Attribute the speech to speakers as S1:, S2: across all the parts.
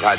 S1: quite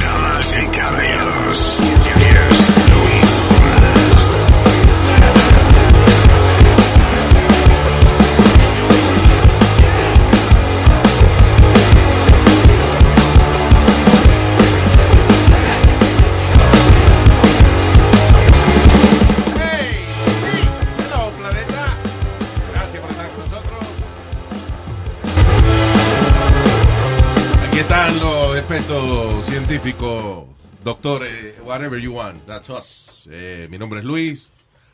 S2: Damas y caballeros, here's Luis Blas.
S3: ¡Hey! ¡Sí! ¡Hello, planeta! Gracias por estar con nosotros. Aquí están los expertos científicos, doctores, whatever you want. That's us. Eh, mi nombre es Luis.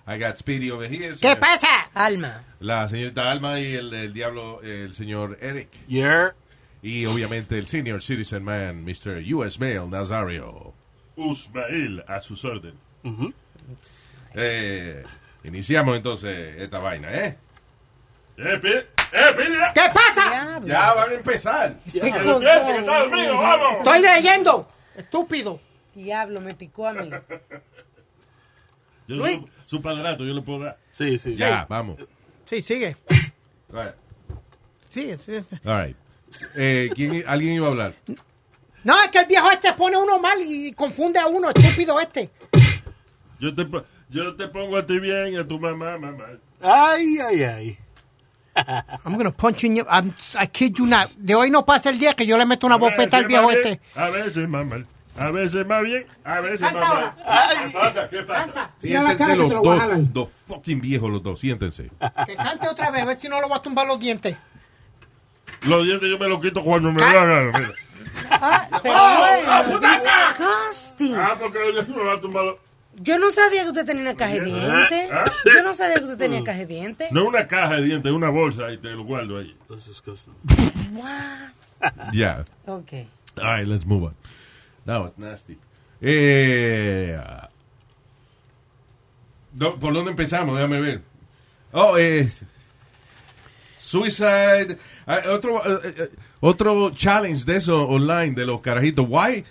S3: I got Speedy over here.
S4: ¿Qué
S3: Señor-
S4: pasa, Alma?
S3: La señorita Alma y el, el diablo, el señor Eric. Y obviamente el senior citizen man, Mr. U.S. Mail Nazario.
S5: Usmael a sus órdenes.
S3: Eh, iniciamos entonces esta vaina, ¿eh?
S5: ¡Eh, pide! ¡Eh, pide!
S4: ¿Qué pasa?
S3: Ya van a empezar.
S4: Qué
S5: ¡El
S4: cosa.
S5: cliente que está dormido, vamos!
S4: Estoy leyendo, estúpido.
S6: Diablo, me picó a mí.
S5: Yo,
S4: Luis.
S5: su, su padrato, yo le puedo dar.
S7: Sí, sí.
S3: Ya, vamos.
S4: Sí, sigue.
S3: All right.
S4: Sigue, sigue.
S3: All right. Eh, ¿quién- ¿Alguien iba a hablar?
S4: No, es que el viejo este pone uno mal y confunde a uno, estúpido este.
S5: Yo te, po- yo te pongo a ti bien y a tu mamá, mamá.
S7: Ay, ay, ay.
S4: I'm gonna punch you in your- I'm- I kid you not. De hoy no pasa el día que yo le meto una bofeta al
S5: A veces
S4: viejo
S5: más bien,
S4: este. Ah,
S5: A veces más mal. A veces más bien, a veces
S4: Canta
S5: más mal. ¿Qué pasa? ¿Qué pasa?
S3: Siéntense los dos. Dos fucking viejos los dos. Siéntense.
S4: Que cante otra vez, a ver si no lo va a tumbar los dientes.
S5: Los dientes yo me los quito cuando me da la gana. mira.
S3: ¡Oh!
S6: Ah, pero bueno, disgusting.
S5: Ah, porque los dientes me van a tumbar. los-
S6: Yo no sabía que usted tenía una
S3: ¿Eh?
S6: caja de dientes. Yo no sabía que usted
S3: Mm.
S6: tenía caja de dientes.
S5: No es una caja de dientes, es una bolsa y te lo guardo ahí.
S7: That's disgusting.
S6: What?
S3: Ya.
S6: Ok.
S3: All right, let's move on. That was nasty. Eh, do- ¿Por dónde empezamos? Déjame ver. Oh, eh, Suicide. ah, otro, eh, eh, otro challenge de eso online, de los carajitos. Why?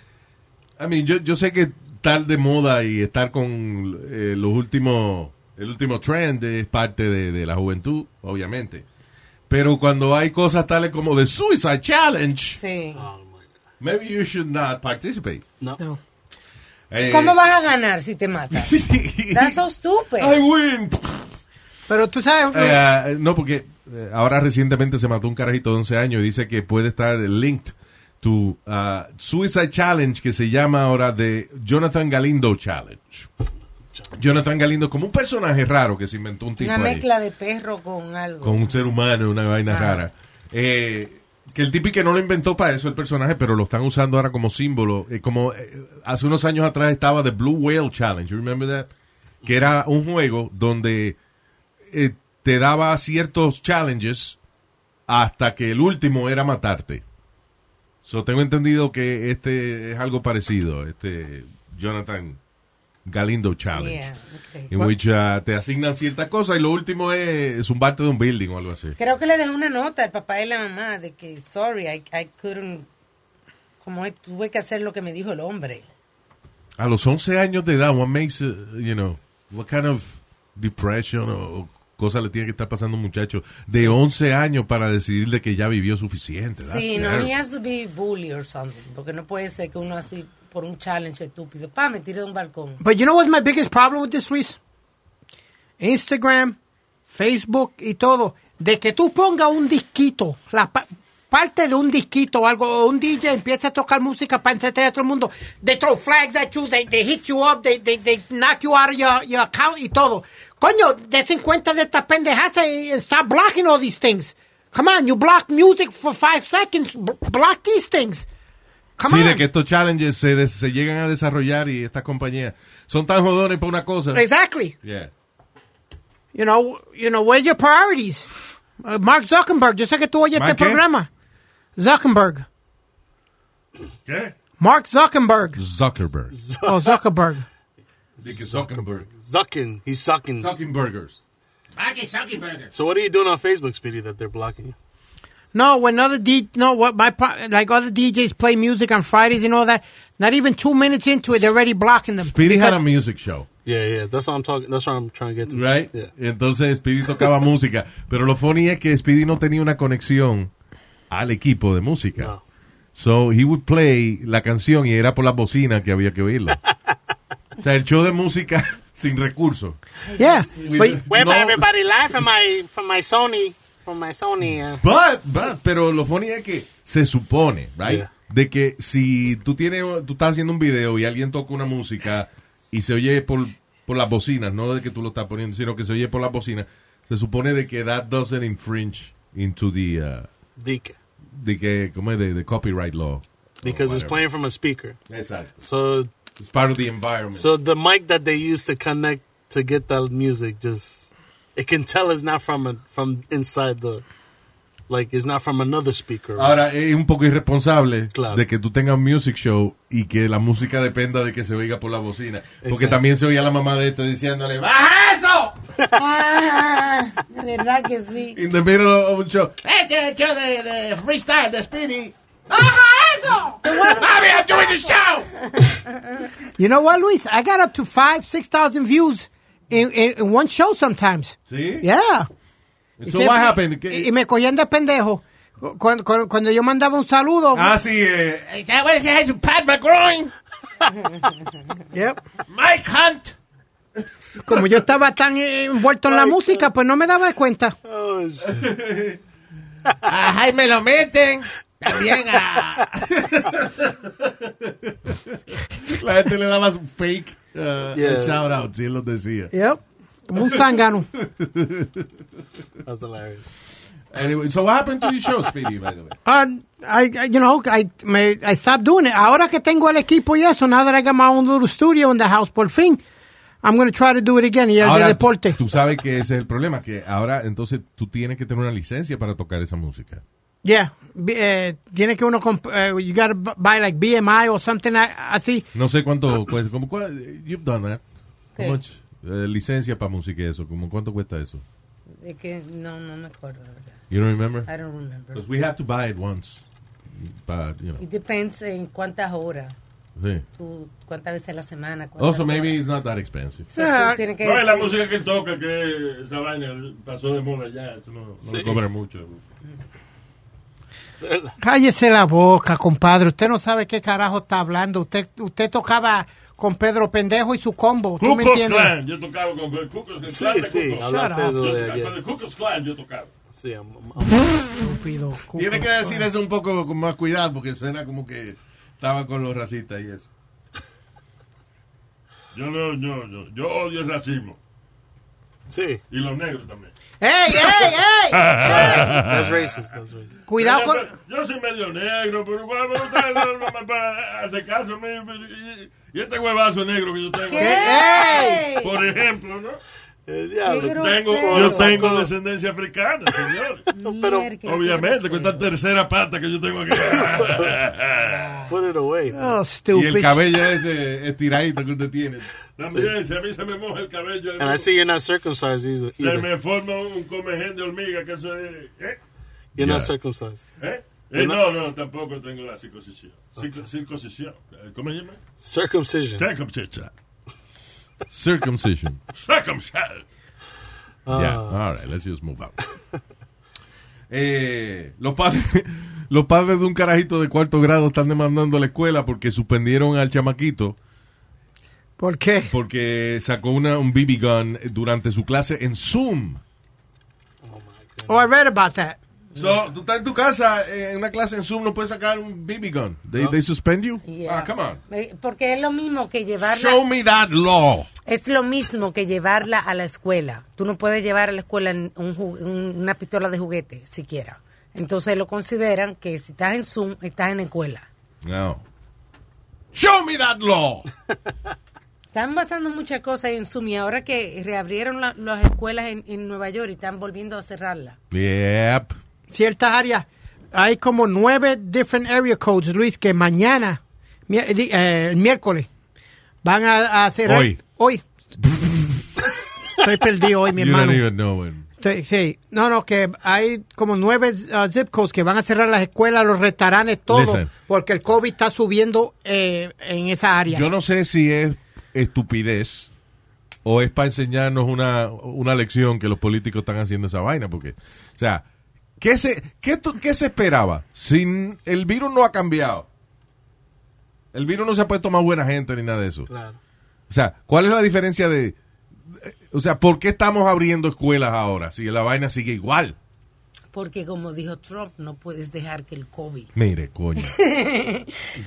S3: I mean, yo, yo sé que estar de moda y estar con eh, los últimos, el último trend es parte de, de la juventud, obviamente. Pero cuando hay cosas tales como de Suicide Challenge.
S6: Sí.
S7: Oh, my God.
S3: Maybe you should not participate.
S7: No.
S4: No.
S3: Eh,
S6: ¿Cómo vas a ganar si te matas? That's so stupid.
S3: I win.
S4: Pero tú sabes,
S3: Eh, no, porque eh, ahora recientemente se mató un carajito de 11 años y dice que puede estar linked to uh, Suicide Challenge que se llama ahora de Jonathan Galindo Challenge. Jonathan Galindo como un personaje raro que se inventó un tipo
S6: Una
S3: ahí,
S6: mezcla de perro con algo.
S3: con un ser humano, una vaina
S6: Ajá.
S3: rara. Eh, que el tipo y que no lo inventó para eso el personaje, pero lo están usando ahora como símbolo. Eh, como eh, hace unos años atrás estaba The Blue Whale Challenge, you remember that? Que era un juego donde eh, te daba ciertos challenges hasta que el último era matarte. So tengo entendido que este es algo parecido, este Jonathan Galindo Challenge.
S6: Yeah, ok.
S3: En which uh, te asignan ciertas cosas y lo último es zumbarte de un building o algo así.
S6: Creo que le dejó una nota al papá y la mamá de que, sorry, I, I couldn't. Como es, tuve que hacer lo que me dijo el hombre.
S3: A los 11 años de edad, what makes, uh, you know, what kind of depression o, o cosa le tiene que estar pasando a un muchacho de 11 años para decidirle que ya vivió suficiente? That's
S6: Sí, no,
S3: terrible.
S6: he has to be bully or something. Porque no puede ser que uno así, por un challenge estúpido, pa, me tire de un balcón.
S4: But you know what's my biggest problem with this, Luis? Instagram, Facebook y todo. De que tú pongas un disquito, la pa- parte de un disquito o algo, o un DJ empieza a tocar música para entretener a todo el mundo. They throw flags at you, they, they hit you up, they, they, they knock you out of your, your account y todo. Coño, desen cuenta de estas pendejadas y and stop blocking all these things. Come on, you block music for five seconds, b- block these things. Come
S3: Sí,
S4: on.
S3: de que estos challenges se, des- se llegan a desarrollar y estas compañías son tan jodones por una cosa.
S4: Exactly.
S3: Yeah.
S4: You know, you know, where's your priorities? Uh, Mark Zuckerberg, yo sé que tú oyes
S3: ¿Mark
S4: este
S3: qué?
S4: programa. Zuckerberg.
S5: ¿Qué?
S4: Mark Zuckerberg.
S3: Zuckerberg.
S4: Oh, Zuckerberg.
S3: Zuckerberg.
S7: Zucking. He's sucking.
S3: Zuckerbergers.
S7: So what are you doing on Facebook, Speedy, that they're blocking you?
S4: No, when other D, no, what my pro- like other DJs play music on Fridays and all that. Not even two minutes into it, they're already blocking them.
S3: Speedy had a
S4: Because-
S3: music show.
S7: Yeah, yeah. That's what I'm talking. That's what I'm trying to get to.
S3: Right?
S7: Yeah.
S3: Entonces Speedy tocaba música. Pero lo funny es que Speedy no tenía una conexión al equipo de música.
S7: No.
S3: So he would play la canción y era por las bocinas que había que oírla. o sea, el show de música sin recursos.
S4: yeah, but
S1: Where
S3: No.
S1: everybody live from my from my Sony from my Sony. Uh,
S3: But, but, pero lo funny es que se supone, right?
S7: Yeah.
S3: De que si tú tienes, tú estás haciendo un video y alguien toca una música y se oye por, por las bocinas, no de que tú lo estás poniendo, sino que se oye por las bocinas, se supone de que that doesn't infringe into the, uh,
S7: Dica.
S3: de que, ¿cómo es? De, de copyright law.
S7: Because it's
S3: whatever.
S7: playing from a speaker.
S3: Exacto.
S7: So,
S3: It's part of the environment.
S7: so the mic that they use to connect to get that music just, it can tell it's not from a, from inside the, like it's not from another speaker.
S3: Ahora es un poco irresponsable
S7: Claro.
S3: de que tú tengas un music show y que la música dependa de que se oiga por la bocina. Porque
S7: Exacto.
S3: también se oía la mamá de este diciéndole, "Baja
S6: Ah, ¿Verdad que sí?
S3: In the middle of un show.
S4: you know what, Luis? I got up to five, six thousand views in, in, in one show sometimes.
S3: ¿Sí?
S4: Yeah.
S3: So
S4: Siempre-
S3: what happened? ¿Qué-
S4: Y, y me cogían de pendejo. Cu- Cuando, cuando- cuando yo mandaba un saludo.
S3: Ah, sí. eh,
S4: Yep. Como yo estaba tan eh, envuelto en la música, pues no me daba cuenta.
S7: Oh, shit.
S3: la gente le daba un fake uh,
S7: Yeah.
S3: shout out, si él los decía.
S4: Yep. Como un zángano.
S7: That's hilarious.
S3: Anyway, so what happened to your show, Speedy, by the way?
S4: Ah, I, I- you know, I, me, I stopped doing it. Ahora que tengo el equipo y eso, now that I got my own little studio in the house, por fin, I'm going to try to do it again. Y el de deporte.
S3: Tú sabes que ese es el problema, que ahora entonces tú tienes que tener una licencia para tocar esa música.
S4: Yeah. B- eh, tiene que uno, comp- eh, you got to buy like BMI o something a- así.
S3: No sé cuánto cuesta. Como, cua- you've done that.
S6: ¿Qué?
S3: How much? Eh, licencia para música y eso. Como, ¿Cuánto cuesta eso?
S6: Es que no, no me acuerdo, la verdad.
S3: You don't remember?
S6: I don't remember.
S3: Because we had to buy it once. But, you know.
S6: It depends en cuántas horas,
S3: Sí.
S6: tú, cuántas veces a la semana. cuántas
S3: Also, maybe
S6: horas.
S3: it's not that expensive.
S6: So, tú tienes que
S5: Ah, No, es la
S6: decir-
S5: música que él toca, que esa vaina pasó de moda ya. Eso no, no le cobra mucho.
S4: Cállese la boca, compadre. Usted no sabe qué carajo está hablando. Usted, usted tocaba con Pedro Pendejo y su combo. ¿Tú me
S5: Cucos
S4: entiendes?
S5: Clan. Yo tocaba con el Cucos Clan.
S7: Sí, sí.
S5: Cucos.
S7: Hablaste eso
S5: Yo
S7: de
S5: tocaba Con el
S7: ayer.
S5: Cucos Clan yo tocaba.
S7: Sí, I'm, I'm-
S4: Estúpido, cuco.
S3: Tiene que decir eso un poco con más cuidado porque suena como que estaba con los racistas y eso.
S5: Yo no, yo, yo, yo odio el racismo.
S7: sí.
S5: Y los negros también.
S4: ¡Ey, ey, ey!
S7: That's racist. That's racist.
S4: Cuidado
S5: Yo-
S4: con...
S5: Yo soy medio negro, pero vamos ustedes no- no me pa- hace caso a mí, y- Y este huevazo negro que yo tengo.
S4: ¡Ey!
S5: Por ejemplo, ¿no?
S7: Eh, diablo.
S5: Tengo,
S6: grosero.
S5: yo tengo descendencia africana, señor.
S7: pero-
S6: Mierda, qué
S5: Obviamente, con
S6: grosero.
S5: esta tercera pata que yo tengo aquí.
S7: Put it away. man.
S4: Oh,
S3: Y el
S4: stupid.
S3: cabello ese estiradito que usted tiene.
S5: También, si a mí se me moja el cabello,
S7: And I see you're not circumcised either.
S5: se
S7: either.
S5: me forma un comején de hormiga, que eso es... ¿eh?
S7: You're not
S3: Yeah.
S7: circumcised.
S5: ¿Eh? Eh, no, no, tampoco tengo la circuncisión. Circo- Circuncisión. Eh, ¿Cómo se llama?
S7: Circumcision.
S5: Circumcision.
S3: Circumcision.
S5: Circumcision.
S7: Ah,
S3: Yeah. All right, let's just move on. Eh, los, padres, los padres de un carajito de cuarto grado están demandando a la escuela porque suspendieron al chamaquito
S4: ¿Por qué?
S3: porque sacó una, un BB gun durante su clase en Zoom.
S4: Oh, I read about that.
S3: So, tú estás en tu casa, eh, en una clase en Zoom, no puedes sacar un BB gun. They, they suspend you?
S6: Yeah.
S3: Ah, come on.
S6: Eh, Porque es lo mismo que llevarla,
S3: Show me that law.
S6: es lo mismo que llevarla a la escuela. Tú no puedes llevar a la escuela en un ju- un- una pistola de juguete siquiera. Entonces lo consideran que si estás en Zoom, estás en escuela.
S3: No. Show me that law.
S6: Están pasando muchas cosas en Zoom y ahora que reabrieron la- las escuelas en, en Nueva York y están volviendo a cerrarlas.
S3: Yep.
S4: Ciertas áreas. Hay como nueve different area codes, Luis, que mañana, mi- di- eh, el miércoles, van a, a cerrar.
S3: Hoy.
S4: Hoy. Estoy perdido hoy, mi
S3: you don't
S4: hermano.
S3: even know it.
S4: Sí, sí. no, no, que hay como nueve uh, zip codes que van a cerrar las escuelas, los restaurantes, todo,
S3: Listen.
S4: porque el COVID está subiendo eh, en esa área.
S3: Yo no sé si es estupidez o es para enseñarnos una, una lección que los políticos están haciendo esa vaina, porque, o sea, ¿qué se, qué, tu- qué se esperaba? Si n- el virus no ha cambiado, el virus no se ha puesto más buena gente ni nada de eso.
S7: Claro.
S3: O sea, ¿cuál es la diferencia de, de- o sea, ¿por qué estamos abriendo escuelas ahora si la vaina sigue igual?
S6: Porque como dijo Trump, no puedes dejar que el COVID
S3: Mire, coño.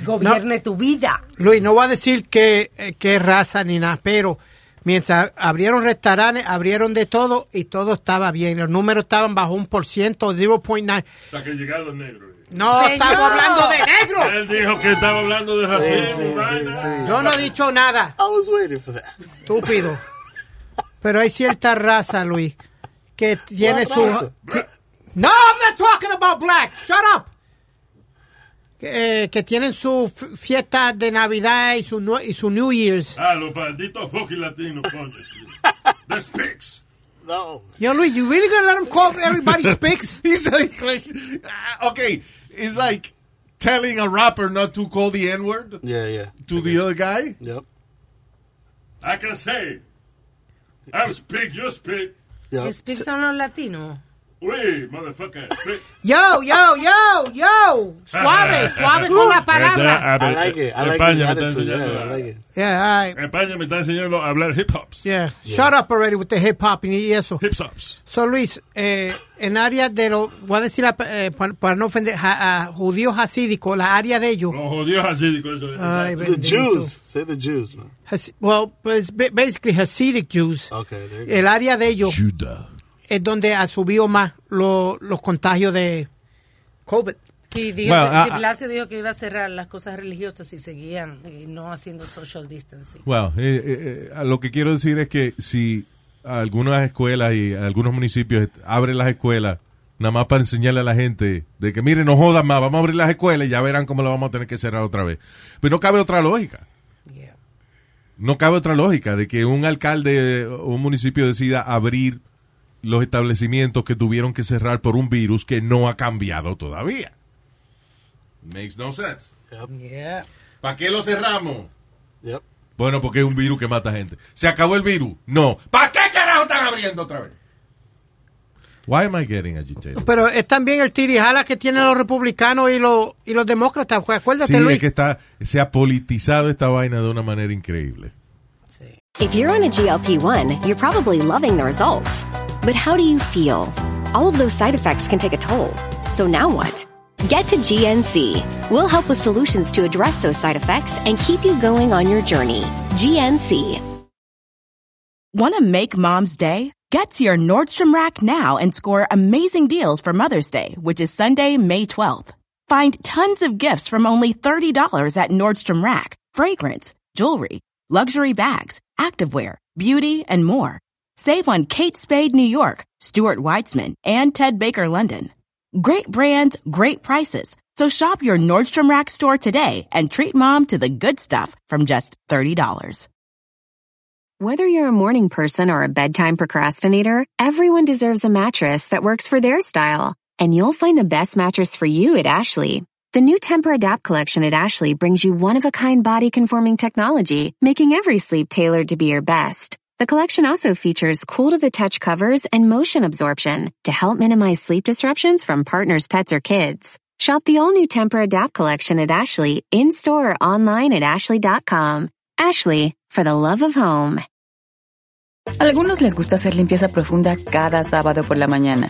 S6: gobierne tu vida.
S4: Luis, no voy a decir qué, eh, qué raza ni nada, pero mientras abrieron restaurantes, abrieron de todo y todo estaba bien. Los números estaban bajo un por ciento, 0.9.
S5: Hasta que llegaron los negros.
S4: No,
S6: Señor.
S4: estamos hablando de negro.
S5: Él dijo que estaba hablando de
S7: Sí, sí,
S5: racismo.
S7: sí,
S5: vaina.
S4: Yo no he dicho nada,
S7: I was waiting for that.
S4: estúpido. Pero hay cierta raza, Luis, que tiene
S7: ¿Cuál
S4: su...
S7: raza?
S4: ti- No, I'm not talking about black. Shut up. Que, eh, que tienen su f- fiesta de Navidad y su, nue- y su New Year's.
S5: Ah, los malditos fucking latinos, coño. The Speaks.
S7: No.
S4: Yo, Luis, you really gonna let them call everybody speaks?
S3: He's like, ah, okay, it's like telling a rapper not to call the N word
S7: Yeah, yeah.
S3: to the other guy.
S7: Yep.
S5: I can say. I speak, you speak.
S7: Yep.
S6: Speak son los latinos.
S5: We, motherfucker, speak.
S4: Yo, yo, yo, yo. Suave, suave con la palabra.
S5: A ver,
S7: I like it. I like his
S5: España me está
S7: attitude.
S5: enseñando
S7: Yeah, I
S5: a-
S7: like it.
S4: Yeah, all right.
S5: España me está enseñando a hablar hip hops.
S4: Yeah. Shut up already with the hip hop y eso.
S5: Hip hops.
S4: So, Luis, eh, en área de los, voy a decir, la- eh, pa- para no ofender, ja- a judíos hasídicos, la área de ellos.
S5: Los jodidos hasídicos. eso es.
S4: Ay,
S7: The
S4: bendito.
S7: Jews. Say the Jews, man.
S4: Has- well, it's ba- basically Hasidic Jews.
S7: Okay, there you
S4: El área de ellos
S3: Judah.
S4: es donde ha subido más lo- los contagios de COVID.
S6: Y dijo,
S3: Bueno,
S6: que-
S3: ah,
S6: de Blasio dijo que iba a cerrar las cosas religiosas si seguían eh, no haciendo social distancing.
S3: Well, eh, eh, eh, lo que quiero decir es que si algunas escuelas y algunos municipios abren las escuelas, nada más para enseñarle a la gente de que, mire, no jodan más, vamos a abrir las escuelas y ya verán cómo las vamos a tener que cerrar otra vez. Pero no cabe otra lógica.
S6: Yeah.
S3: No cabe otra lógica de que un alcalde o un municipio decida abrir los establecimientos que tuvieron que cerrar por un virus que no ha cambiado todavía. Makes no sense.
S7: go. Yep.
S6: Yeah.
S3: ¿Para qué lo cerramos?
S7: Yep.
S3: Bueno, porque es un virus que mata gente. ¿Se acabó el virus? No. ¿Para qué carajo están abriendo otra vez? Why am I getting agitated?
S4: Pero es también el tirijala que tienen los republicanos y los, y los demócratas. Pues Acuérdate,
S3: Sí,
S4: Luis.
S3: es que está, se ha politizado esta vaina de una manera increíble.
S8: If you're on a GLP 1, you're probably loving the results. But how do you feel? All of those side effects can take a toll. So now what? Get to GNC. We'll help with solutions to address those side effects and keep you going on your journey. GNC.
S9: Want to make mom's day? Get to your Nordstrom Rack now and score amazing deals for Mother's Day, which is Sunday, May 12th. Find tons of gifts from only $30 at Nordstrom Rack. Fragrance, jewelry, luxury bags, activewear, beauty, and more. Save on Kate Spade New York, Stuart Weitzman, and Ted Baker London. Great brands, great prices. So shop your Nordstrom Rack store today and treat mom to the good stuff from just $30.
S8: Whether you're a morning person or a bedtime procrastinator, everyone deserves a mattress that works for their style. And you'll find the best mattress for you at Ashley. The new Temper-Adapt collection at Ashley brings you one-of-a-kind body-conforming technology, making every sleep tailored to be your best. The collection also features cool-to-the-touch covers and motion absorption to help minimize sleep disruptions from partners, pets, or kids. Shop the all-new Temper-Adapt collection at Ashley in-store or online at ashley.com. Ashley, for the love of home.
S10: Algunos les gusta hacer limpieza profunda cada sábado por la mañana.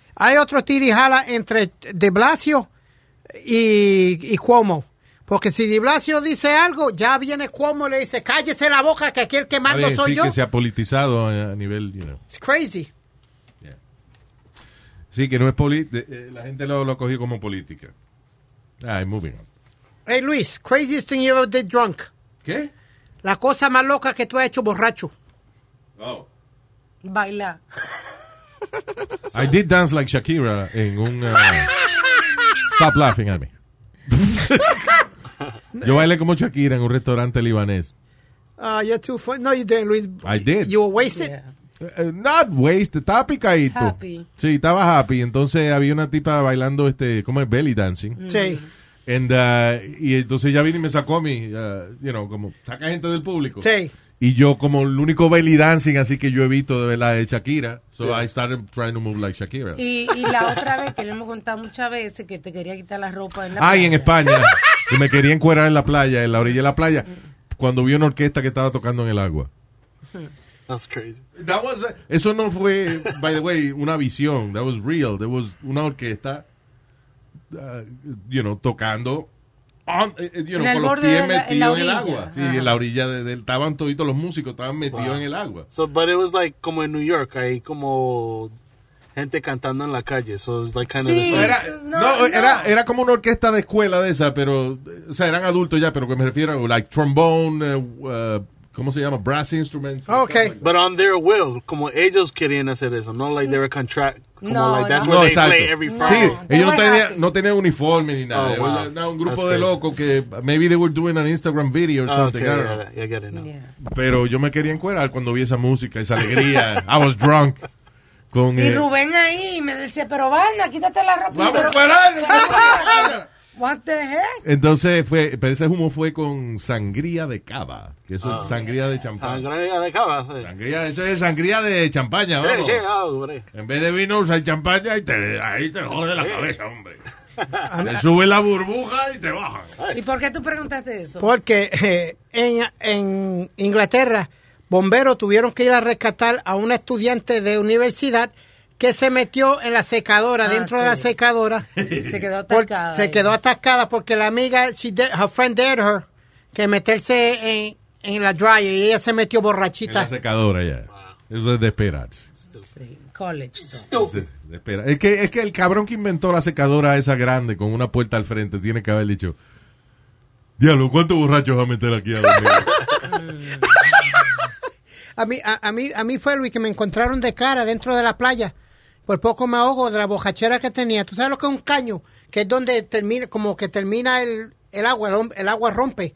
S4: hay otro tirijala entre De Blasio y, y Cuomo. Porque si De Blasio dice algo, ya viene Cuomo y le dice, cállese la boca, que aquí el que mando
S3: Oye,
S4: soy
S3: sí,
S4: yo.
S3: que se ha politizado a a nivel, you know.
S4: It's crazy.
S3: Sí, que no es política. La gente lo, lo cogió como política. Ah, moving on.
S4: Hey Luis, craziest thing you ever did drunk.
S3: ¿Qué?
S4: La cosa más loca que tú has hecho borracho.
S3: Oh.
S6: Bailar.
S3: I did dance like Shakira en un... uh, Stop laughing at me. Yo bailé como Shakira en un restaurante libanés.
S4: Ah, you're too funny. No, you didn't, Luis.
S3: I did.
S4: You were wasted.
S3: Eh, not waste, estaba picadito.
S6: Happy.
S3: Sí, estaba happy. Entonces había una tipa bailando, este, ¿cómo es? Belly dancing.
S4: Sí.
S3: And, uh, y entonces ella vino y me sacó a mí, uh, you know, como saca gente del público.
S4: Sí.
S3: Y yo como el único belly dancing así que yo evito de verdad es Shakira. So I started trying to move like Shakira.
S6: Y, y la otra vez que le hemos contado muchas veces que te quería quitar la ropa en la
S3: Ay, en
S6: playa.
S3: España. y me quería encuerar en la playa, en la orilla de la playa, cuando vi una orquesta que estaba tocando en el agua.
S7: That's crazy.
S3: That was a- eso no fue, by the way, una visión. That was real. There was una orquesta, uh, you know, tocando, on- eh, eh, you know,
S6: En el
S3: con los
S6: borde
S3: pies
S6: de la- en la
S3: metidos en el
S6: orilla.
S3: agua. Sí,
S6: Ajá.
S3: en la orilla de- del, estaban toditos los músicos, estaban metidos en el agua.
S7: So, but it was like como en New York, ahí como gente cantando en la calle. So it's like kind of the
S6: Sí.
S7: same.
S3: Era, no,
S6: No, no.
S3: Era, era como una orquesta de escuela de esa, pero, eh, o sea, eran adultos ya, pero que me refiero, like trombone, eh, uh, ¿cómo se llama? Brass instruments.
S4: Ok.
S7: But on their will, como ellos querían hacer eso, no like they were contract, como
S6: No,
S7: like that's
S6: no.
S7: what
S3: No,
S7: they
S3: exacto.
S7: play every
S3: Sí,
S7: Friday.
S6: they
S3: ellos no
S6: were
S3: tenían,
S6: happy.
S3: no tenían uniforme ni nada.
S7: Oh,
S3: Era
S7: wow.
S3: una- un grupo
S7: That's
S3: de
S7: crazy.
S3: locos que maybe they were doing an Instagram video or
S7: Ah,
S3: something.
S7: okay,
S3: I don't know.
S7: yeah, yeah, I get it now.
S6: Yeah.
S3: Pero yo me quería encuerar cuando vi esa música, esa alegría. I was drunk. Con,
S6: Y
S3: eh,
S6: Rubén ahí me decía, pero Vanna, quítate la ropa.
S3: ¡Vamos pues.
S6: Pero-
S3: a encuerarnos!
S6: What the heck?
S3: Entonces fue, pero ese humo fue con sangría de cava, que eso es sangría de champán.
S7: Ah. Sangre de cava. sí.
S3: Sangría, eso es sangría de champaña,
S7: Sí,
S3: vamos.
S7: sí, ah, hombre.
S3: En vez de vino usas champaña y te, ahí te jode la cabeza, hombre. Te sube la burbuja y te baja.
S6: ¿Y por qué tú preguntaste eso?
S4: Porque eh, en, en Inglaterra, bomberos tuvieron que ir a rescatar a una estudiante de universidad que se metió en la secadora,
S6: Ah,
S4: dentro de la
S6: sí.
S4: secadora.
S6: Se quedó
S4: Por-
S6: atascada.
S4: se
S6: ahí.
S4: quedó atascada porque la amiga, she did- her friend dared her, que meterse en, en la dryer y ella se metió
S3: En la
S4: borrachita.
S3: secadora ya. Ah. Eso es de esperarse.
S6: Sí, college. though.
S3: Sí, espera. Es que, es que el cabrón que inventó la secadora esa grande con una puerta al frente tiene que haber dicho, diablo, ¿cuántos borrachos va a meter aquí a dormir?"
S4: A mí, a, a mí, a mí fue Luis que me encontraron de cara dentro de la playa. Por poco me ahogo de la bojachera que tenía. ¿Tú sabes lo que es un caño? Que es donde termina, como que termina el, el agua, el, hom- el agua rompe.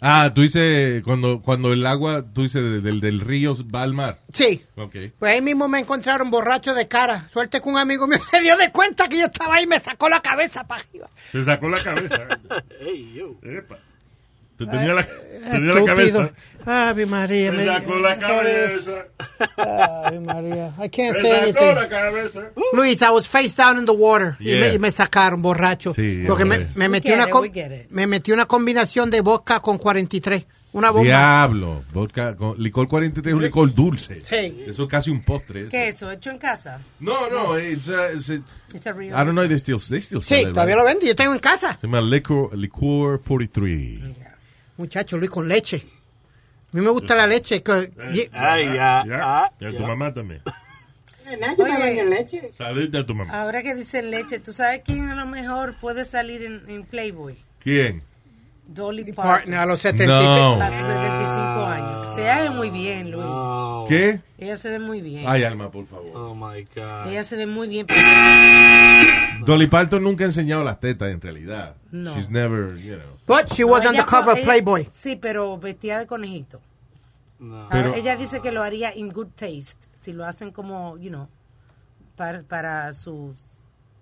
S3: ah, tú dices, cuando, cuando el agua, tú dices, de- del, del río va al mar.
S4: Sí.
S3: Ok.
S4: Pues ahí mismo me encontraron borracho de cara. Suerte que un amigo mío se dio de cuenta que yo estaba ahí y me sacó la cabeza para arriba.
S5: Se sacó la cabeza.
S7: Hey, yo.
S5: Epa. Te tenía la, tenía la
S4: Estúpido.
S5: cabeza.
S4: Ave María.
S5: Se sacó la cabeza.
S4: Ave María. I can't
S5: Se
S4: say
S5: sacó
S4: anything.
S5: la cabeza.
S4: Luis, I was face down in the water. Y,
S3: Yeah.
S4: me, y me sacaron borracho.
S3: Sí,
S4: porque me,
S3: hombre.
S4: me, metí
S6: get
S4: una
S6: it,
S4: com-
S6: we get it.
S4: me metí una combinación de vodka con 43. Una bomba.
S3: Diablo, vodka, con, licor 43 es un licor dulce.
S4: Sí.
S3: Eso es casi un postre. eso.
S6: ¿Qué es eso? ¿Hecho en casa?
S3: No, no, it's, uh, it's a-
S6: It's a real-
S3: I don't know if they still, they still
S4: Sí,
S3: sell it,
S4: todavía
S3: right?
S4: lo vendo. Yo tengo en casa.
S3: Se llama liquor, liquor 43.
S4: Muchacho, Luis, con leche. A mí me gusta la leche. que- y-
S7: Ay, ya.
S5: Ya,
S7: ah,
S5: y a tu
S7: ya.
S5: mamá también.
S6: Oye,
S5: Saliste a tu
S4: Ah.
S5: mamá.
S6: ahora que dicen leche, ¿tú sabes quién a lo mejor puede salir en, en Playboy?
S3: ¿Quién?
S6: Dolly Parton.
S4: partner a los 75.
S3: No.
S6: A sus 75 años. Se ve muy bien, Luis.
S7: Oh,
S3: ¿Qué?
S6: Ella se ve muy bien.
S3: Ah. Ay, Alma, por favor.
S7: oh my God.
S6: Ella se ve muy bien. pero-
S3: Dolly Parton nunca ha enseñado las tetas, en realidad.
S6: No.
S3: She's never, you know.
S4: But she was
S6: Ella
S4: on the cover
S6: co-
S4: of
S6: ella-
S4: Playboy.
S6: Sí, pero vestida de conejito.
S7: No.
S6: Ahora,
S3: Pero-
S6: ella dice que lo haría in good taste. Si lo hacen como, you know, para, para sus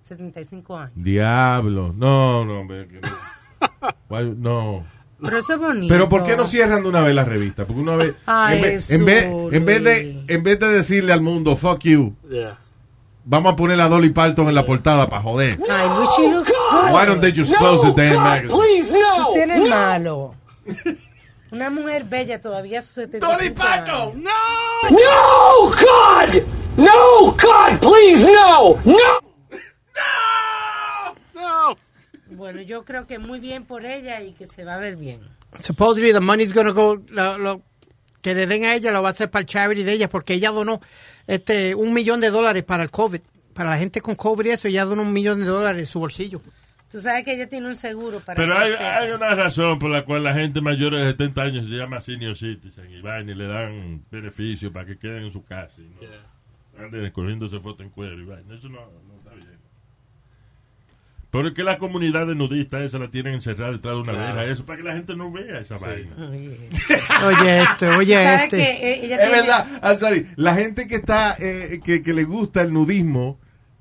S6: 75 años.
S3: Diablo. No, no, hombre. que no. Why- no.
S6: Pero eso es bonito.
S3: Pero ¿por qué no cierran de una vez la revista? Porque una vez...
S6: Ay,
S3: en, vez, en, vez, en vez de, en vez de decirle al mundo, fuck you,
S7: Yeah.
S3: vamos a poner a Dolly Parton en la portada para joder.
S6: Ay, Luis, she looks good.
S3: Why don't they just close the damn magazine?
S6: Tú tienes malo. Una mujer bella todavía a sus 75
S3: Dolly
S6: años.
S3: Parton, no.
S11: No, God! No, God, please, no! No!
S6: Bueno, yo creo que muy bien por ella y que se va a ver bien.
S4: Supposedly the money's gonna go, lo, lo que le den a ella lo va a hacer para el charity de ella porque ella donó este un millón de dólares para el COVID, para la gente con cobre y eso, ya dan un millón de dólares en su bolsillo.
S6: Tú sabes que ella tiene un seguro para
S12: Pero
S6: sus
S12: hay,
S6: tetas.
S12: hay una razón por la cual la gente mayor de 70 años se llama senior citizen y van y le dan beneficio para que queden en su casa. y ¿no? Anden corriéndose foto en cuero y vaina. Eso no, no está bien. Pero es que la comunidad de nudistas esa la tienen encerrada detrás de una
S13: Claro.
S12: verja, eso, para que la gente no vea esa vaina.
S4: Oye, este, oye,
S6: ¿Sabes
S4: este.
S6: que, eh, ella
S5: es
S6: tiene-
S5: verdad. I'm sorry. La gente que está, eh, que, que le gusta el nudismo,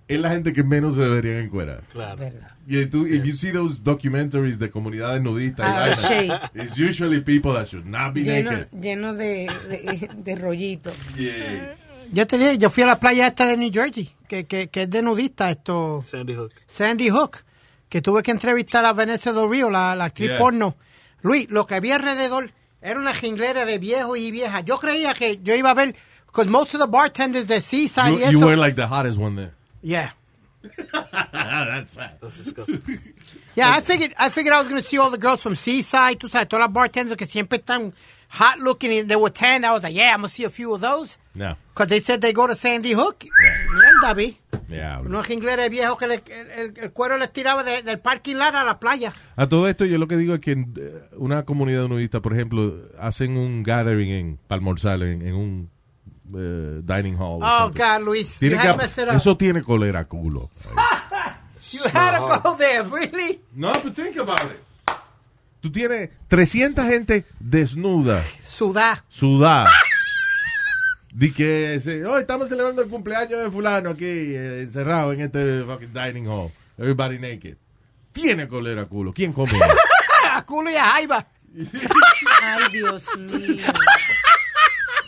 S5: es la gente que menos se deberían encuerar.
S7: Claro.
S5: Y tú, if you see those documentaries de comunidades nudistas, y
S6: Ah,
S5: vaina,
S6: shade.
S5: it's usually people that should not be
S6: lleno,
S5: naked.
S6: lleno de, de, de rollitos.
S5: Yeah.
S4: Yo te dije, yo fui a la playa esta de New Jersey, que, que, que es de nudista esto.
S7: Sandy Hook.
S4: Sandy Hook, que tuve que entrevistar a Vanessa Del Río, la, la actriz
S7: Yeah.
S4: porno. Luis, lo que había alrededor era una jinglera de viejos y viejas. Yo creía que yo iba a ver, because most of the bartenders de Seaside y
S5: You,
S4: eso.
S5: you were like the hottest one there.
S4: yeah.
S12: That's sad.
S7: That's disgusting.
S4: Yeah, I figured I figured I was going to see all the girls from Seaside, tú sabes, todas las bartenders que siempre están hot looking and they were tan. I was like, yeah, I'm going to see a few of those.
S5: No.
S4: Because they said they go to Sandy Hook. Mierda, vi.
S5: Yeah.
S4: Unos jingleros viejos que le- el, el- el cuero les tiraba de- del parking lot a la playa.
S5: A todo esto, yo lo que digo es que eh, una comunidad nudista, por ejemplo, hacen un gathering en, para almorzar en, en un eh, dining hall.
S4: Oh,
S5: something.
S4: God, Luis,
S5: Tiene
S4: you
S5: que-
S4: had messed it up.
S5: eso tiene colera culo.
S4: You had to go there, really?
S5: No, but think about it. Tú tienes 300 gente desnuda,
S4: Sudá.
S5: sudada. Di que, se- "Oh, estamos celebrando el cumpleaños de fulano aquí, eh, encerrado en este fucking dining hall. Everybody naked. Tiene colera culo. ¿Quién come? eso?
S4: A culo y a jaiba.
S6: Ay, Dios mío.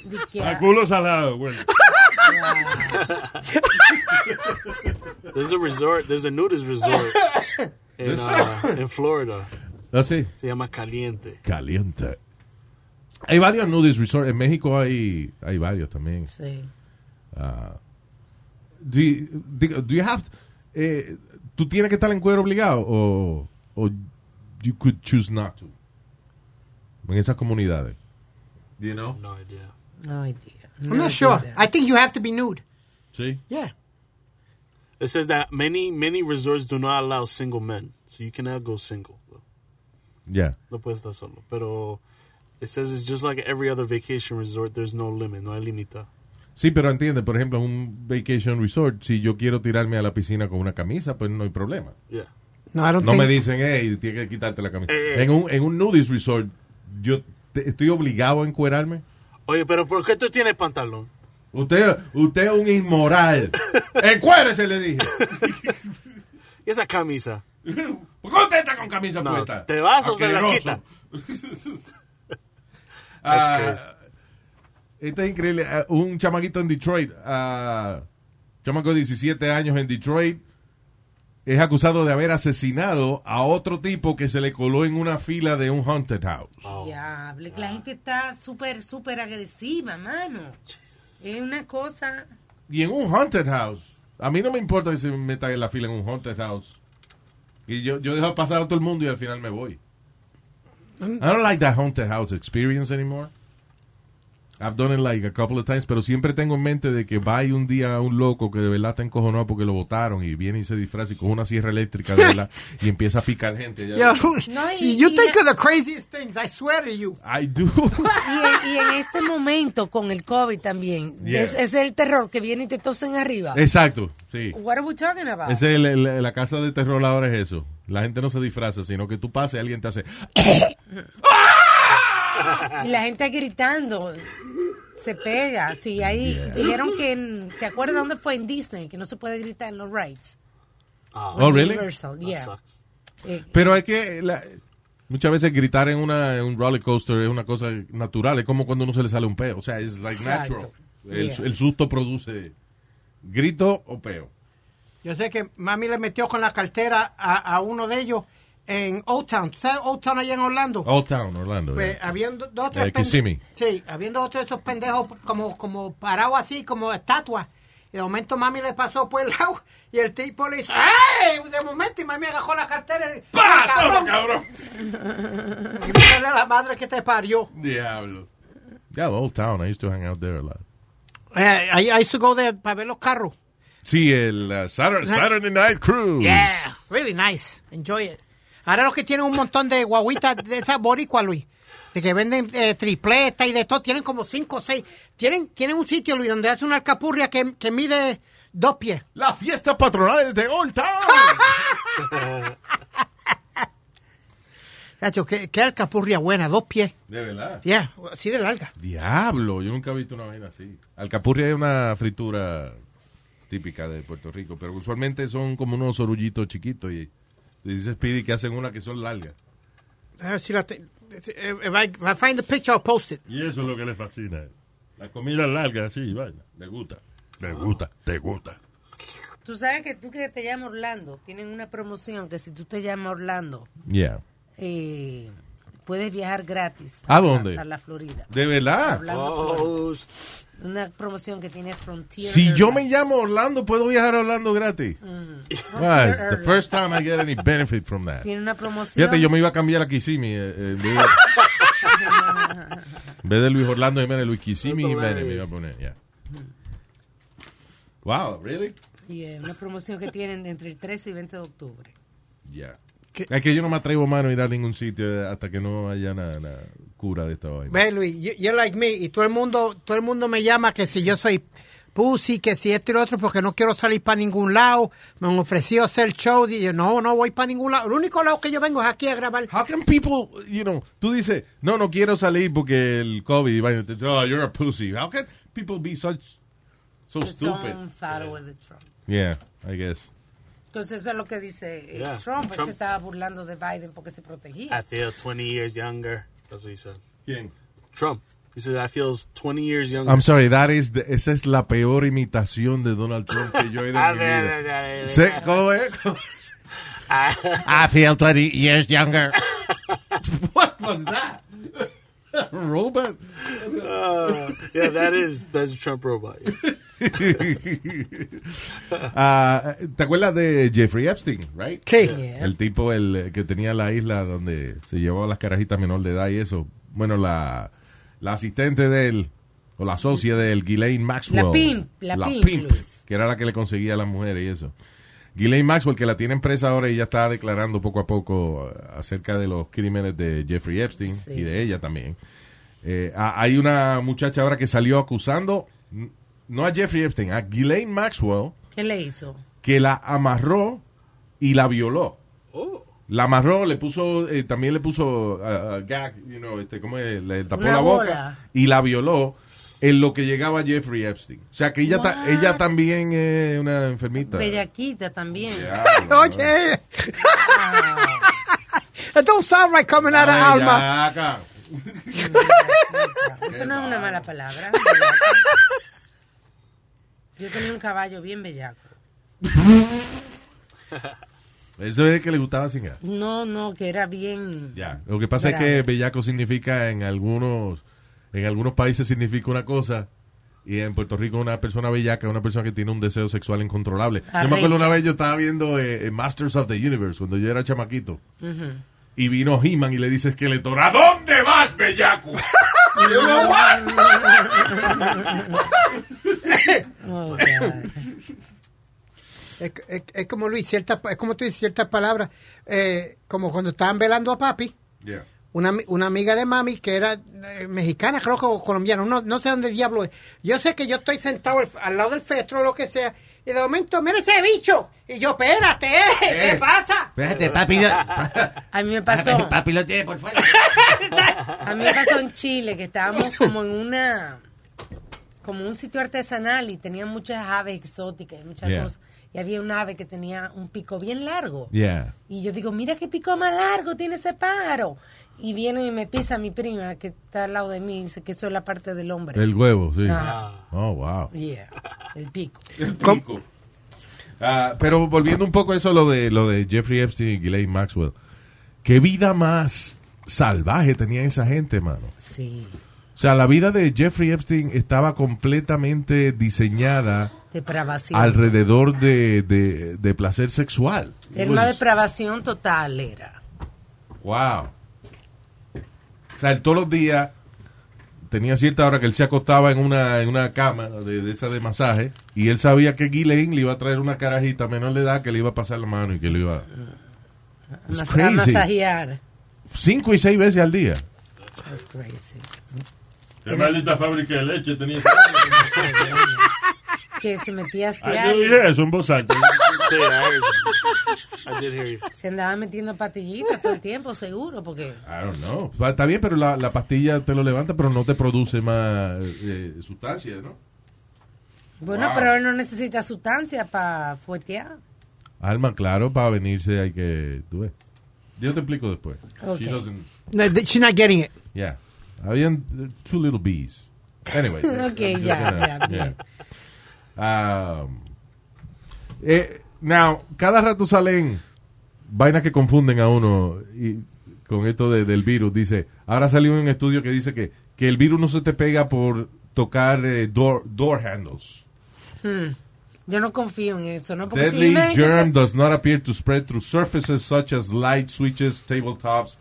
S6: Di que-
S5: Ah,
S12: A culo salado, bueno.
S7: There's a resort. There's a nudist resort in, uh, in Florida.
S5: Ah, sí.
S7: Se llama Caliente.
S5: Caliente. Hay varios nudist resorts. En México hay, hay varios también.
S6: Sí.
S5: Ah, do you- do- do you have- eh, ¿Tú tienes que estar en cuero obligado o, o you could choose not to? En esas comunidades. You know?
S7: No idea.
S6: Ay, Dios.
S4: I'm not sure. I think you have to be nude.
S5: Sí.
S4: Yeah.
S7: It says that many many resorts do not allow single men, so you cannot go single.
S5: Yeah.
S7: No puedes estar solo. Pero it says it's just like every other vacation resort. There's no limit. No hay limita.
S5: Sí, pero entiende, por ejemplo, en un vacation resort, si yo quiero tirarme a la piscina con una camisa, pues no hay problema.
S7: Yeah.
S4: No, I don't
S5: No
S4: think-
S5: me dicen, hey, tienes que quitarte la camisa.
S7: Eh, eh.
S5: En, un, en un nudist resort, yo te- estoy obligado a encuerarme.
S7: Oye, pero ¿por qué tú tienes pantalón?
S5: Usted, usted es un inmoral. Encuérese, le dije.
S7: ¿Y esa camisa?
S5: ¿Por qué usted está con camisa
S7: No,
S5: puesta?
S7: te vas o se la
S5: Asqueroso. Ah, esto es increíble. Ah, un chamaquito en Detroit, ah, chamaco de 17 años en Detroit, es acusado de haber asesinado a otro tipo que se le coló en una fila de un haunted house.
S6: Diable, la gente está súper, súper agresiva, mano. Es una cosa.
S5: Y en un haunted house. A mí no me importa que se me meta en la fila en un haunted house. Y yo, yo dejo pasar a todo el mundo y al final me voy. I don't like that haunted house experience anymore. I've done it like a couple of times, pero siempre tengo en mente de que va y un día a un loco que de verdad está encojonado porque lo botaron y viene y se disfraza y con una sierra eléctrica de verdad y empieza a picar gente. Ya-
S4: Yeah, Luis,
S6: No, y-
S4: you
S6: y
S4: think
S6: la-
S4: of the craziest things, I swear to you.
S5: I do.
S6: Y, y en este momento, con el COVID también,
S5: Yeah.
S6: es, es el terror que viene y te tosen arriba.
S5: Exacto, sí.
S6: What are we talking about?
S5: Ese es el- el- la casa de terror ahora es eso. La gente no se disfraza, sino que tú pasas y alguien te hace...
S6: Y la gente gritando. Se pega. Sí, ahí
S5: Yeah.
S6: dijeron que. en- ¿Te acuerdas dónde fue? En Disney, que no se puede gritar en los rights.
S5: Oh,
S7: Ah.
S5: really?
S6: Universal, yeah. Eh,
S5: Pero es que la- muchas veces gritar en, una, en un roller coaster es una cosa natural. Es como cuando uno se le sale un peo. O sea, es like
S4: Exacto.
S5: natural. El,
S4: Yeah.
S5: el susto produce grito o peo.
S4: Yo sé que mami le metió con la cartera a, a uno de ellos en Old Town. ¿Tú sabes Old Town allá en Orlando?
S5: Old Town, Orlando.
S4: Pues
S12: Eh,
S5: yeah.
S4: habiendo dos o
S5: La de
S4: tres
S5: Kissimmee.
S4: pendejos. Sí, habiendo otros de esos pendejos como, como parados así, como estatuas. Y de momento mami le pasó por el lado y el tipo le hizo ¡Ay! De momento y mami agajó la cartera y
S12: ¡Pah!
S4: ¡Ah,
S12: Toma,
S4: cabrón! Y Grítale a la madre que te parió.
S5: Diablo. Yeah, Old Town. I used to hang out there a lot.
S4: Eh, I, I used to go there para ver los carros.
S5: Sí, el uh, Saturday, Saturday Night Cruise.
S4: Yeah, really nice. Enjoy it. Ahora los que tienen un montón de guaguitas de esas boricuas, Luis, de que venden eh, tripletas y de todo, tienen como cinco o seis. Tienen, tienen un sitio, Luis, donde hace una alcapurria que, que mide dos pies.
S5: La fiesta patronal de Old Town.
S4: Chacho, qué, qué alcapurria buena, dos pies.
S5: De verdad.
S4: Yeah, así de larga.
S5: Diablo, yo nunca he visto una vaina así. Alcapurria es una fritura típica de Puerto Rico, pero usualmente son como unos orullitos chiquitos y te dice Speedy que hacen una que son largas.
S4: A ver si la te- eh, if I, if I find the picture, I'll post it.
S14: Y eso es lo que le fascina. La comida larga, así, vaina. Le gusta. Le gusta, te gusta.
S6: Tú sabes que tú que te llamas Orlando, tienen una promoción que si tú te llamas Orlando,
S5: Yeah.
S6: eh, puedes viajar gratis.
S5: ¿A dónde? Ah.
S6: A la Florida.
S5: ¿De verdad?
S6: Orlando,
S7: Oh,
S6: Florida. Una promoción que tiene Frontier.
S5: Si yo me
S6: Airlines.
S5: llamo Orlando, ¿puedo viajar a Orlando gratis?
S6: Mm.
S5: Wow,
S6: Frontier
S5: it's the
S6: Airlines.
S5: first time I get any benefit from that.
S6: Tiene una promoción.
S5: Fíjate, yo me iba a cambiar a Kissimmee. eh, eh, en vez de- en vez de Luis Orlando Jiménez, Luis Kissimmee
S6: That's
S5: Jiménez me iba a
S6: hilarious.
S5: poner, yeah. Wow, really?
S6: Y, eh, una promoción que tienen entre el 13 y 20 de octubre.
S5: Yeah.
S4: ¿Qué?
S5: Es que yo no me atrevo, mano, a ir a ningún sitio eh, hasta que no haya la, la cura de esta vaina.
S4: Ve, Luis, you- you're like me, y todo el mundo, todo el mundo me llama que si yo soy pussy, que si esto y lo otro, porque no quiero salir para ningún lado. Me han ofrecido hacer shows y yo, no, no voy para ningún lado. El único lado que yo vengo es aquí a grabar.
S5: How can people, you know, tú dices, no, no quiero salir porque el COVID, y vaina, te dice, oh, you're a pussy. How can people be such, so
S7: uh,
S5: stupid?
S6: Son followers de Trump.
S5: Yeah, I guess.
S6: Entonces eso es lo que dice eh,
S7: Yeah,
S6: Trump. Él
S7: Trump.
S6: se estaba burlando de Biden porque se protegía.
S5: Ah,
S7: I feel 20 years younger. That's what he said.
S5: ¿Quién?
S7: Trump. He said, I feel 20 years younger.
S5: I'm sorry, that is the- esa es la peor imitación de Donald Trump que yo he oído
S7: A
S5: en mi
S7: ver,
S5: vida.
S7: a ver, a ver.
S5: Se- ¿Cómo es? I feel 20 years younger. What was that? Robot.
S7: Uh, yeah, that is that's a Trump robot.
S5: Ah, ¿Te acuerdas de Jeffrey Epstein, right?
S4: Sí.
S5: El tipo el eh, que tenía la isla donde se llevaba las carajitas menor de edad y eso. Bueno, la, la asistente de él, o la socia de él, Ghislaine Maxwell.
S6: La pimp, la pimp, Luis.
S5: que era la que le conseguía a las mujeres y eso. Ghislaine Maxwell, que la tiene en presa ahora, ella está declarando poco a poco eh, acerca de los crímenes de Jeffrey Epstein
S6: Sí.
S5: y de ella también. Eh, ha- hay una muchacha ahora que salió acusando, n- no a Jeffrey Epstein, a Ghislaine Maxwell,
S6: ¿Qué le hizo?
S5: que la amarró y la violó.
S6: Oh.
S5: La amarró, le puso, eh, también le puso uh, uh, gag, you know, este, ¿cómo es? Le tapó
S6: Una
S5: la boca
S6: bola.
S5: y la violó en lo que llegaba Jeffrey Epstein. O sea que ella, ta-
S6: What?
S5: ella también es una enfermita.
S6: Bellaquita también.
S4: Oye, it don't sound right coming out of Alma.
S5: Bellaca.
S6: Eso no es una mala palabra. Yo tenía un caballo bien bellaco.
S5: Eso es que le gustaba sin
S6: No, no, que era bien.
S5: Ya. Lo que pasa
S6: Bravo.
S5: es que bellaco significa en algunos en algunos países significa una cosa y en Puerto Rico una persona bellaca es una persona que tiene un deseo sexual incontrolable. Yo me acuerdo
S6: Arrecho.
S5: una vez yo estaba viendo eh, eh, Masters of the Universe cuando yo era chamaquito
S6: Ujú.
S5: y vino He-Man y le dice Skeletor, ¿a dónde vas, bellaco? Y yo,
S6: Oh, God.
S4: Es, es- es como Luis, ciertas, es como tú dices, ciertas palabras, eh, como cuando estaban velando a papi.
S5: Yeah.
S4: una, ami- una amiga de mami que era eh, mexicana, creo que o colombiana, no, no sé dónde diablo es. Yo sé que yo estoy sentado al, al lado del festro o lo que sea, y de momento, mira ese bicho. Y yo, espérate, ¿eh? ¿qué
S5: Eh.
S4: pasa?
S5: Espérate, papi.
S6: A mí me pasó.
S5: Papi lo tiene por fuera.
S6: A mí me pasó en Chile que estábamos como en una. Como un sitio artesanal y tenía muchas aves exóticas y muchas
S5: Yeah.
S6: cosas. Y había un ave que tenía un pico bien largo.
S5: Yeah.
S6: Y yo digo, mira qué pico más largo tiene ese pájaro. Y viene y me pisa mi prima que está al lado de mí y dice que eso es la parte del hombre.
S5: El huevo,
S6: Ah,
S5: sí.
S7: Ah.
S6: Ajá.
S5: Oh, wow.
S6: Yeah, el pico.
S5: El pico. Ah, pero volviendo un poco a eso, lo de, lo de Jeffrey Epstein y Ghislaine Maxwell. ¿Qué vida más salvaje tenía esa gente, mano?
S6: Sí,
S5: O sea, la vida de Jeffrey Epstein estaba completamente diseñada
S6: depravación.
S5: alrededor de, de- de placer sexual.
S6: Era una
S5: It was-
S6: depravación total, era.
S5: Wow. O sea, él todos los días tenía cierta hora que él se acostaba en una, en una cama de, de esa de masaje y él sabía que Ghislaine le iba a traer una carajita menor de edad que le iba a pasar la mano y que le iba a... It's
S6: Mas- a
S5: pues crazy.
S6: masajear.
S5: Cinco y seis veces al día.
S6: That's crazy.
S15: Qué maldita fábrica de leche tenía.
S6: Que se metía hacia
S15: Ay, yo dije eso en voz alta.
S7: I did hear you.
S6: Se andaba metiendo patillitas todo el tiempo, seguro, porque...
S5: I don't know. Va- Está bien, pero la, la pastilla te lo levanta, pero no te produce más eh, sustancia, ¿no?
S6: Bueno,
S5: Wow.
S6: pero él no necesita sustancia para fuetear.
S5: Alma, claro, para venirse hay que... Tú ves. Yo te explico después.
S6: Ok.
S5: She doesn't-
S4: No, th- She's not getting it.
S5: Yeah. Habían eh, two little bees. Anyway.
S6: Ok,
S5: I'm just
S6: ya,
S5: gonna-
S6: ya,
S5: yeah. Um, eh, now, cada rato salen vainas que confunden a uno y con esto de- del virus. Dice, ahora salió un estudio que dice que, que el virus no se te pega por tocar eh, door, door handles.
S6: Hmm. Yo no confío en eso, ¿no? Porque si
S5: Deadly
S6: no es que
S5: germ
S6: se-
S5: does not appear to spread through surfaces such as light switches, tabletops.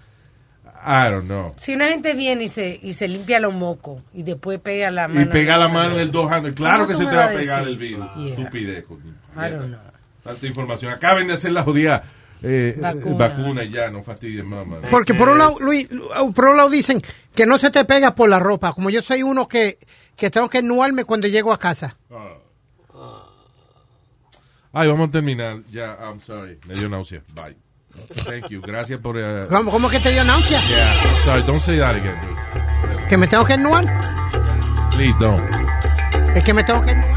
S5: I don't know.
S6: Si una gente viene y se, y se limpia los mocos y después pega la mano.
S5: y pega la mano en el dos handles.
S6: ¿Cómo
S5: Claro que
S6: tú
S5: se
S6: me
S5: te va a
S6: vas a
S5: pegar
S6: decir? Ah.
S5: el virus.
S6: Yeah.
S5: Estupidez. coño.
S6: I don't know.
S5: Tanta información. Acaben de hacer la jodida eh, eh,
S6: Vacuna.
S5: vacuna. y ya, no fastidien mamá.
S4: Porque por un lado, Luis, uh, por un lado dicen que no se te pega por la ropa. Como yo soy uno que, que tengo que ennuarme cuando llego a casa.
S5: Ay, vamos a terminar. Ya, I'm sorry. Me dio náusea. Bye. Thank you. Gracias por... eh,
S4: ¿Cómo, cómo que te dio náusea?
S5: yeah. Sorry, don't say that again, dude.
S4: ¿Que me tengo que ennuar?
S5: Please don't.
S4: Es que me tengo que ennuar.